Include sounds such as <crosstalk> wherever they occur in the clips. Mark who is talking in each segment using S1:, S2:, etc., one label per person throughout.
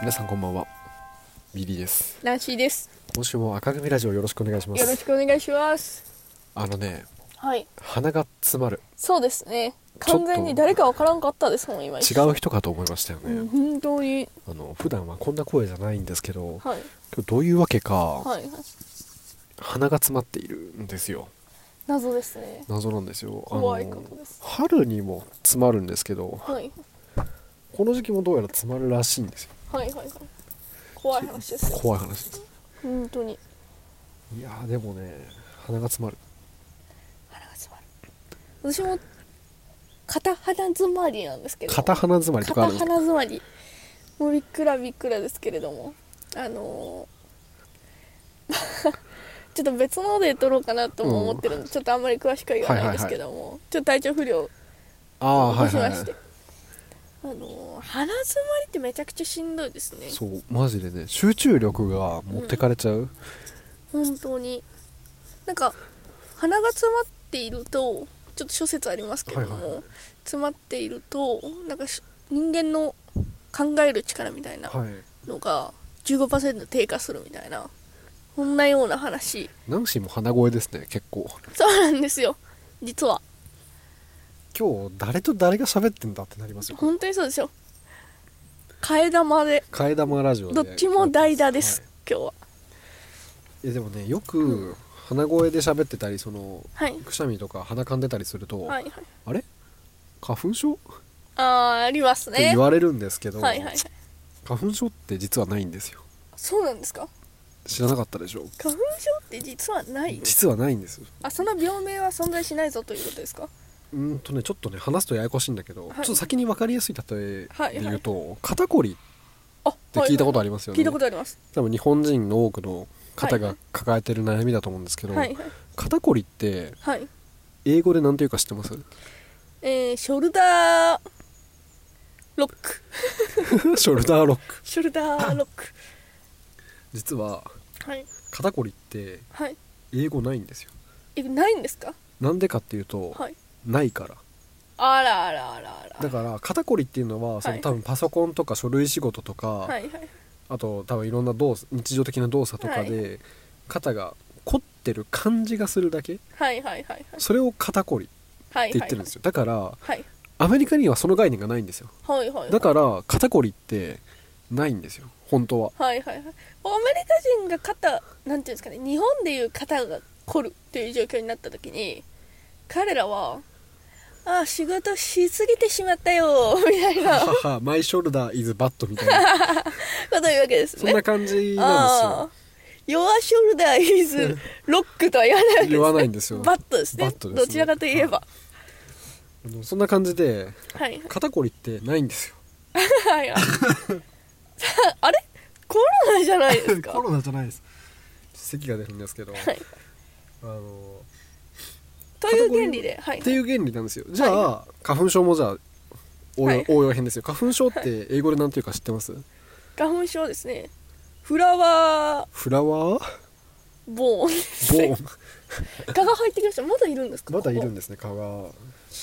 S1: 皆さんこんばんはビリーです
S2: ナンシーです。
S1: 今週も赤組ラジオよろしくお願いしま
S2: よろ
S1: す
S2: しくお願いします。
S1: あのね
S2: はい。
S1: 鼻が詰まる
S2: そうですね。
S1: ちょっと
S2: 完全に誰かわからんかったですもん、今。
S1: 違う人かと思いましたよ
S2: うん。
S1: ね、
S2: 本当に。
S1: あの普段はこんな声じゃないんですけど今
S2: はい。
S1: 日どういうわけか
S2: はい。
S1: 鼻が詰まっているんですよ
S2: 謎ですね。
S1: 謎なんですよあの
S2: 怖いことです
S1: 春にも詰まるんですけど
S2: はい。
S1: この時期もどうやら詰まるらしいんですよ
S2: はいはいはい。怖い話ですよ。
S1: 怖い話です
S2: 本当に。
S1: いやーでもね鼻が詰まる
S2: 腹が詰まる。私も。片鼻詰まりなんですけど。
S1: 片鼻詰まりとかあ
S2: 片
S1: るんです
S2: 鼻
S1: か
S2: 詰まり。もうびっくらびっくらですけれども。あのー。 <laughs> ちょっと別ので撮ろうかなとも思ってるんで、ちょっとあんまり詳しくは言わないですけども、ちょっと体調不良
S1: ああはい
S2: 起き
S1: はい、
S2: ま
S1: は
S2: して、
S1: い、
S2: あのー鼻詰まりってめちゃくちゃしんどいですね
S1: そうマジでね集中力が持ってかれちゃう、
S2: 本当になんか鼻が詰まっているとちょっと諸説ありますけども、
S1: はいはいはい
S2: 詰まっているとなんかし人間の考える力みたいな
S1: はい
S2: のが15%低下するみたいなこんなような話
S1: ナンシーも鼻声ですね結構
S2: そうなんですよ実は
S1: 今日誰と誰が喋ってんだってなりますよ
S2: 本当にそうですよ替え玉で
S1: 替え玉ラジオで
S2: どっちも代打です、
S1: はい
S2: 今日は
S1: いやでもねよく鼻声で喋ってたりその
S2: はい
S1: くしゃみとか鼻かんでたりすると、
S2: はいはい
S1: あれ花粉症って
S2: ああありますね
S1: 言われるんですけど、
S2: はいはいはい
S1: 花粉症って実はないんですよ
S2: そうなんですか
S1: 知らなかったでしょ
S2: 花粉症って実はない
S1: 実はないんですよ
S2: あその病名は存在しないぞということですか
S1: うーんとねちょっとね話すとややこしいんだけど、
S2: はい
S1: ちょっと先に分かりやすい例えで言うと、肩こりっ
S2: あって
S1: 聞いたこと
S2: あ
S1: ありますよね、
S2: 聞いたことあります
S1: 多分日本人の多くの方
S2: は
S1: が
S2: い
S1: 抱えてる悩みだと思うんですけど、
S2: はいはい
S1: 肩こりって
S2: はい
S1: 英語で何ていうか知って
S2: <laughs>
S1: ます
S2: えー、ショルダーロック <laughs>
S1: ショルダーロック
S2: ショルダーロック
S1: 実は
S2: はい
S1: 肩こりって
S2: はい
S1: 英語ないんですよ
S2: えないんですか
S1: なんでかっていうと、
S2: はい
S1: ないから
S2: あらあらあらあら
S1: だから肩こりっていうのはその
S2: はい
S1: 多分パソコンとか書類仕事とか、
S2: はいはい
S1: あと多分いろんな動作日常的な動作とかで、肩が凝ってる感じがするだけ
S2: はいはいはいはい
S1: それを肩こりって
S2: はい
S1: 言ってるんですよだから
S2: はい
S1: アメリカにはその概念がないんですよ
S2: はいはい
S1: だから肩こりってないんですよ本当 <laughs> は
S2: はいはいはいアメリカ人が肩なんていうんですかね日本でいう肩が凝るという状況になった時に彼らは「ああ仕事しすぎてしまったよ」 <laughs> みたいなこ
S1: ははマイショルダーイズバットみたいな
S2: とを言うわけで
S1: <laughs>
S2: す
S1: そん
S2: ね
S1: な感じなん
S2: ああ弱ショルダーイズロックとは言わないわ
S1: です
S2: け
S1: よ
S2: で
S1: 言
S2: す
S1: わないんですよ
S2: バットですね
S1: バットですね
S2: どちらかといえば
S1: あのそんな感じで
S2: はい
S1: 肩こりってないんですよ
S2: はい <laughs> はいあれコロナじゃないです
S1: <laughs>
S2: か
S1: コロナじゃないです咳が出るんですけど、
S2: はい
S1: あの
S2: という原理ではい
S1: っていう原理なんですよじゃあ、花粉症もじゃあ応
S2: は
S1: 用,、
S2: い
S1: 応用編ですよ花粉症って英語で何ていうか知ってます、
S2: 花粉症ですねフラワ
S1: フラワー
S2: ーボーンです
S1: ボ
S2: ね
S1: ーン
S2: <laughs> 蚊が入ってきましたまだいるんですか
S1: まだいるん
S2: こ
S1: ですね蚊 <laughs> が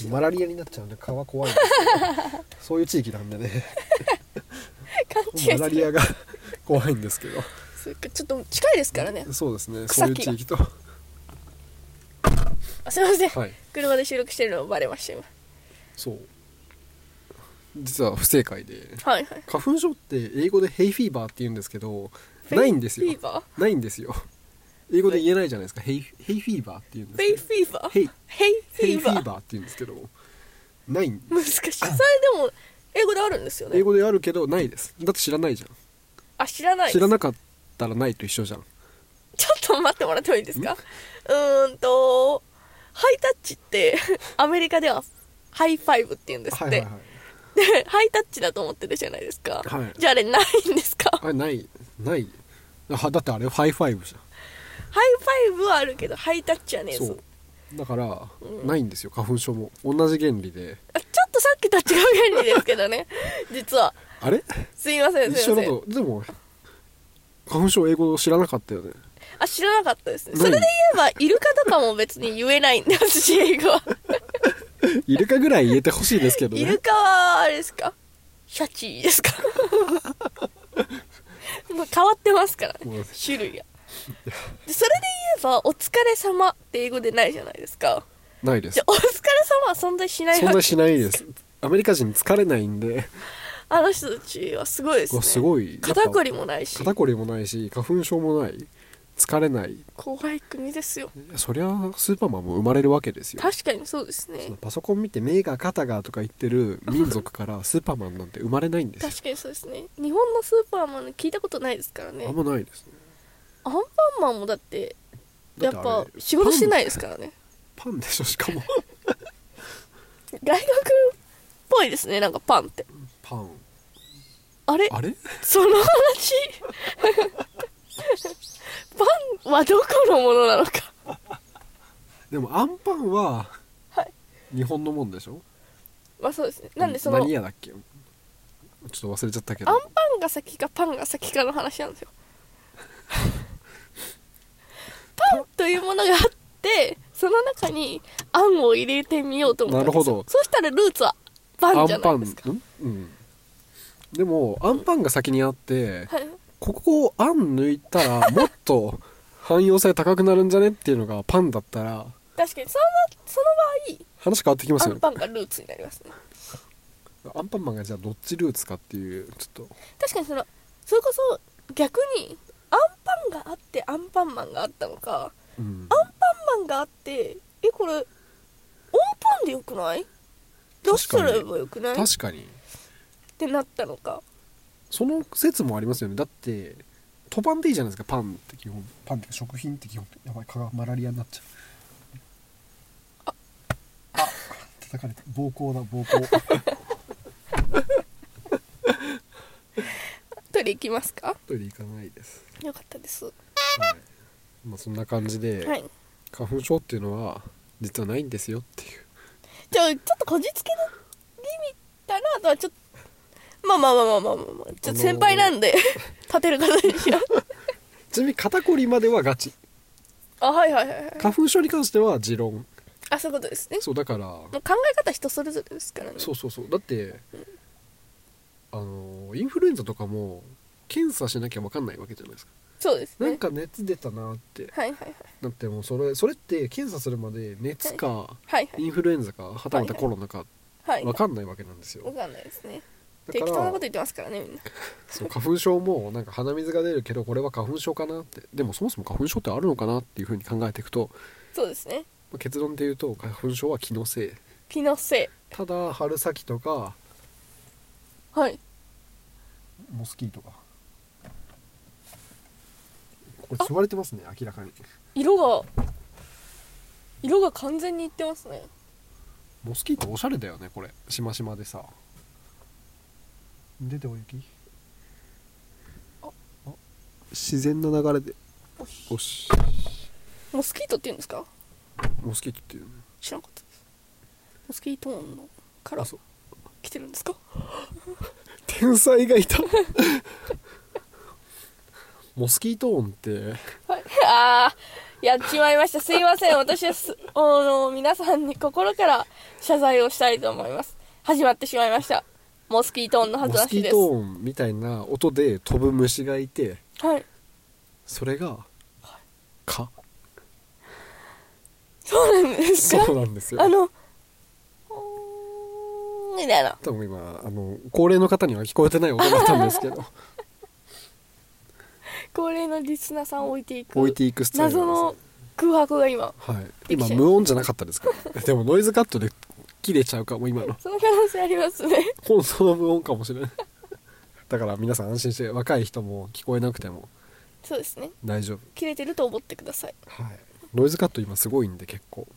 S1: マラリアになっちゃうんで蚊は怖いんですけど <laughs> そういう地域なんでね
S2: こ勘違
S1: マ
S2: い
S1: ラリア
S2: が
S1: が <laughs> 怖いんですけど
S2: ちょっと近いですからね
S1: そうですねそうい
S2: 草
S1: う
S2: 木が
S1: 地域とは
S2: あすいません、
S1: い
S2: 車で収録してるのバレました今
S1: そう実は不正解で
S2: はいはい
S1: 花粉症って英語でヘイフィーバーって言うんですけど <laughs> ないんです
S2: フ
S1: よ
S2: ィーバ
S1: ないんですよ英語で言えないじゃないですかヘイヘイフィーバーって言うん
S2: ー
S1: で
S2: フェイ
S1: す
S2: フィーバー
S1: ヘイ
S2: ヘイ
S1: けどヘイ
S2: フィー
S1: フィー
S2: バー
S1: バーって言うんですけどないん
S2: 難しいそれでも英語であるんですよね
S1: 英語であるけどないですだって知らないじゃん、
S2: あ知らない
S1: 知ら
S2: い
S1: なかったらないと一緒じゃん
S2: ちょっと待ってもらってもいいですかうーんとハイタッチってアメリカではハイファイブって言うんですって、
S1: はいはいはい
S2: でハイタッチだと思ってるじゃないですか、
S1: はい
S2: じゃああれないんですか
S1: あれないないはだってあれハイファイブじゃ
S2: ハイファイブはあるけどハイタッチはねえ
S1: んそ
S2: ぞ
S1: うだから、ないんですよ花粉症も同じ原理で
S2: あちょっとさっきとは違う原理ですけどね <laughs> 実は
S1: あれ
S2: すいません
S1: 一
S2: すい
S1: 緒
S2: ま
S1: だ
S2: せん
S1: とでも花粉症英語知らなかったよね
S2: あ知らなかったですね
S1: ない
S2: それで言えばイルカとかも別に言えないんで私英語は
S1: イルカぐらい言え
S2: <laughs>
S1: てほしいですけど
S2: イ
S1: ね <laughs>
S2: ルカはあれですかシャチですかまあ変わってますからね
S1: もう
S2: 種類がでそれで言えば「お疲れ様って英語でないじゃないですか
S1: ないです
S2: じゃあお疲れ様は存在しない
S1: 存
S2: わけ
S1: 在しないですアメリカ人疲れないんで
S2: あの人たちはすごいですね
S1: わすごい
S2: 肩こ
S1: り
S2: りもないし
S1: 肩こりもないし花粉症もない疲れないい
S2: 怖い国ですよ
S1: やそりゃスーパーマンも生まれるわけですよ
S2: 確かにそうです
S1: その
S2: ね
S1: パソコン見て目が肩がとか言ってる民族からスーパーマンなんて生まれないんですよ
S2: 確かにそうですね日本のスーパーマン聞いたことないですからね
S1: あんまないですね
S2: アンパンマンもだって
S1: だ
S2: やって
S1: あれ
S2: ぱ仕事してないですからね
S1: パンパンでしょしかも
S2: 外国っぽいですねなんかパンって
S1: パン
S2: あれ
S1: あれ
S2: その話 <laughs> パンはどこのものなのか
S1: でもアンパンは
S2: はい
S1: 日本のもんでしょ
S2: まあそうですねなんでそのアン
S1: 何屋だっけちょっと忘れちゃったけど
S2: パンが先かパンが先かの話なんですよ <laughs> パンというものがあってその中にあんを入れてみようと思ったんですよ
S1: なるほど
S2: そしたらルーツはパンじ
S1: ア
S2: ゃ
S1: ン
S2: な
S1: パ
S2: い
S1: ン
S2: ですか
S1: んうんでもアンパンが先にあって
S2: はい
S1: ここをあん抜いたらもっと汎用性高くなるんじゃねっていうのがパンだったら
S2: 確かにそのその
S1: 話変わってきま
S2: 場
S1: す
S2: 合
S1: よね
S2: アンパンがルーツになりますね
S1: アンパンマンがじゃあどっちルーツかっていうちょっと
S2: 確かにそのそれこそ逆にアンパンがあってアンパンマンがあったのか
S1: うん
S2: アンパンマンがあってえこれオンパンでよくないどうすればよくないっ
S1: 確かに
S2: てなったのか
S1: その説もありますよねだってトパンでいいじゃないですかパンって基本パンっていうか食品って基本やばい蚊がマラリアになっちゃうああ叩かれた暴行だ暴行
S2: トイレ行きますか
S1: トイレ行かないです
S2: よかったですは
S1: はいまあ、そんな感じで、
S2: い
S1: 花粉症っていうのは実はないんですよっていう
S2: じゃあちょっとこじつけの意味だなとはちょっとまあまあまあまあまあまあ、まあ、ちょっと先輩なんで立てる方に
S1: <laughs>
S2: しよう
S1: ちなみに肩こりまではガチ
S2: あはいはいはいはい
S1: 花粉症に関しては持論
S2: あそういうことですね
S1: そうだから
S2: もう考え方人それぞれですからね
S1: そうそうそうだってあのインフルエンザとかも検査しなきゃ分かんないわけじゃないですか
S2: そうですね
S1: なんか熱出たなって
S2: はいはいはい
S1: だってもうそれそれって検査するまで熱か
S2: はいはい
S1: インフルエンザかはたまたコロナか
S2: はい
S1: 分かんないわけなんです
S2: わ
S1: よ
S2: かんないですね
S1: だ
S2: 適
S1: か
S2: 当なこと
S1: ら
S2: 言ってますからねみんな
S1: そう花粉症もなんか鼻水が出るけどこれは花粉症かなってでもそもそも花粉症ってあるのかなっていうふうに考えていくと
S2: そうですね
S1: まあ結論で言うと花粉症は気のせい
S2: 気のせい
S1: ただ春先とか
S2: はい
S1: モスキートがこれ吸われてますね明らかに
S2: 色が色が完全にいってますね
S1: モスキートおしゃれだよねこれしましまでさ出ておゆき
S2: あ
S1: あ自然な流れで
S2: おし
S1: おし
S2: モスキートって言うんですか
S1: モスキートっていうね
S2: 知らなかったですモスキート音のから
S1: あそう
S2: 来てるんですか
S1: 天才がいた <laughs> モスキート音って
S2: はい <laughs> あーやっちまいましたすいません私はすあの皆さんに心から謝罪をしたいと思います始まってしまいましたモスキート音のは
S1: モ
S2: ずら
S1: スキ
S2: し
S1: ー
S2: です
S1: ト音みたいな音で飛ぶ虫がいて
S2: はい
S1: それが蚊
S2: そうなんですか
S1: そうなんですよ
S2: あのほーんみたいな
S1: 多分今あの高齢の方には聞こえてない音だったんですけ
S2: <laughs>
S1: ど
S2: 恒例のリスナーさんを置いていく
S1: 置いていくスタイル
S2: 謎
S1: なん
S2: の空白が今
S1: ですねはい、
S2: きち
S1: 今
S2: ゃう
S1: 無音じゃなかったですから <laughs> でもノイズカットで切れちゃうかも今の
S2: その可能性ありますね
S1: 本当の無音かもしれない <laughs> だから皆さん安心して若い人も聞こえなくても
S2: そうですね
S1: 大丈夫
S2: 切れてると思ってください
S1: はいノイズカット今すごいんで結構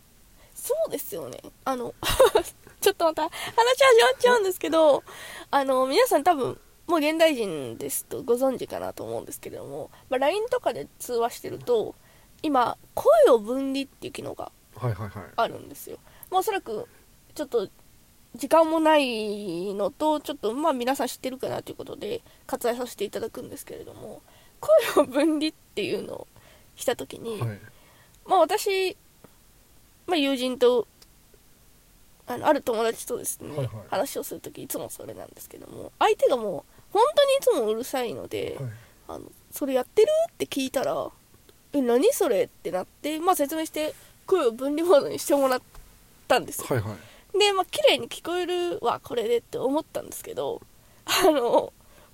S2: そうですよねあの <laughs> ちょっとまた話始まっちゃうんですけどあの皆さん多分もう現代人ですとご存知かなと思うんですけれども、まあ、LINE とかで通話してると今声を分離っていう機能が
S1: はいはいはい
S2: あるんですよ。まあ、おそらくちょっと時間もないのとちょっとまあ皆さん知ってるかなということで割愛させていただくんですけれども声を分離っていうのをした時に、
S1: はい
S2: まあ私、まあ、友人とあのある友達とですね、
S1: はいはい
S2: 話をする時いつもそれなんですけども相手がもう本当にいつもうるさいので、
S1: はい
S2: あのそれやってるって聞いたら「え何それ?」ってなって、まあ、説明して声を分離モードにしてもらったんですよ
S1: はいはい
S2: でまあ綺麗に聞こえるわこれでって思ったんですけどあの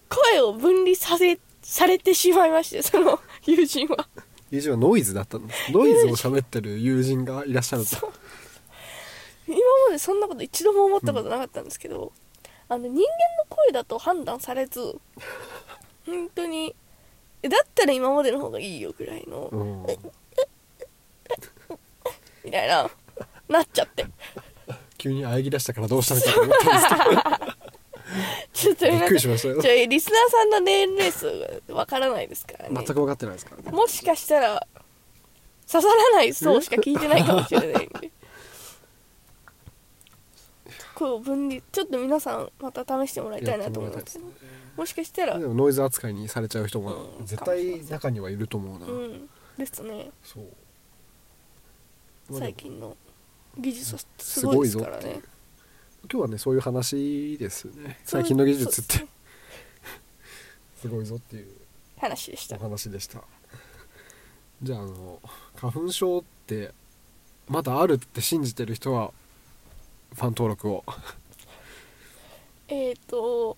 S2: 声を分離させされてしまいましてその友人は
S1: 友人はノイズだったのノイズを喋ってる友人がいらっし
S2: <laughs>
S1: ゃると
S2: 今までそんなこと一度も思ったことなかったんですけど、あの人間の声だと判断されず本当にえだったら今までの方がいいよぐらいの、
S1: うん
S2: みたいななっちゃって <laughs>
S1: 急に喘ぎ出したからどうしたのかと思ったんですけど
S2: ちょっと
S1: びっ
S2: 皆
S1: くり
S2: さ
S1: しましたよ
S2: んちょリスナーさんの年齢数わからないですからね
S1: 全く分かってないですからね
S2: もしかしたら刺さらない層しか聞いてないかもしれないんで <laughs> こう分離ちょっと皆さんまた試してもらいたいなと思います
S1: やっても
S2: もしかしたら
S1: でもノイズ扱いにされちゃう人も
S2: うん
S1: 絶対中にはいると思うな、
S2: うんですね
S1: そうまあでも
S2: 最近の技術はす
S1: す
S2: ご
S1: ご
S2: い
S1: い
S2: で
S1: ぞ
S2: すから
S1: 今
S2: ね
S1: 日はねそういう話ですね最近の技術っ
S2: そう
S1: て <laughs> すごいぞっていう
S2: 話でした
S1: お話でしたじゃああの花粉症ってまだあるって信じてる人はファン登録を
S2: えっ、と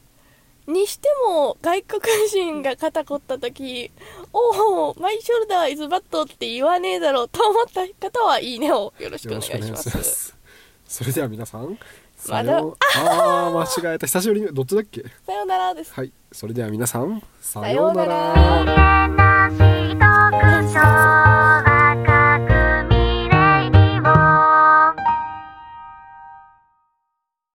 S2: にしても外国人が肩凝った時「おおマイショルダーイズバット」って言わねえだろうと思った方はいいねをよろしくお
S1: よ
S2: 願
S1: ろしくお願い
S2: いし
S1: し
S2: ま
S1: ますすそれでは皆さんさ
S2: まだ
S1: ようあー間違えた久しぶりにどっちだっけ
S2: さようならです
S1: はいそれでは皆さんさ
S2: さような
S1: ようなら
S2: ら
S3: しいトークショー